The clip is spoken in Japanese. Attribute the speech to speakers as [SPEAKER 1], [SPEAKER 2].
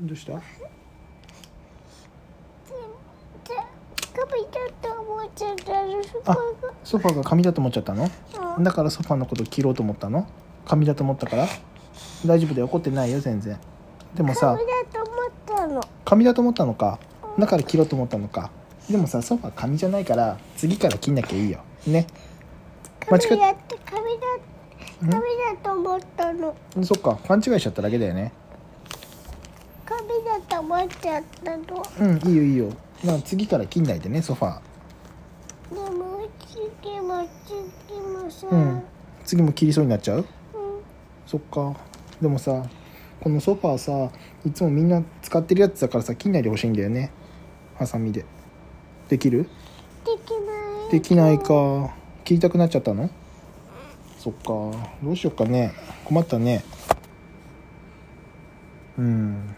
[SPEAKER 1] どうした
[SPEAKER 2] 髪だと思っちゃったのそこ
[SPEAKER 1] あソファーが紙だと思っちゃったの
[SPEAKER 2] がうん
[SPEAKER 1] だからソファーのこと切ろうと思ったの紙だと思ったから大丈夫だよ怒ってないよ全然でもさ
[SPEAKER 2] 髪だと思ったの
[SPEAKER 1] 紙だと思ったのかだから切ろうと思ったのかでもさソファー紙じゃないから次から切んなきゃいいよね間違っ
[SPEAKER 2] 髪だって
[SPEAKER 1] ん
[SPEAKER 2] 髪だ髪だと思ったの
[SPEAKER 1] そっか勘違いしちゃっただけだよね
[SPEAKER 2] 髪だと思っちゃったの
[SPEAKER 1] うんいいよいいよまあ次から切んないでねソファー
[SPEAKER 2] でも次も次もさ、
[SPEAKER 1] うん次も切りそうになっちゃう
[SPEAKER 2] うん
[SPEAKER 1] そっかでもさこのソファーさいつもみんな使ってるやつだからさ切んないでほしいんだよねハサミでできる
[SPEAKER 2] できない
[SPEAKER 1] できないか切りたくなっちゃったのそっかどうしよっかね困ったねうん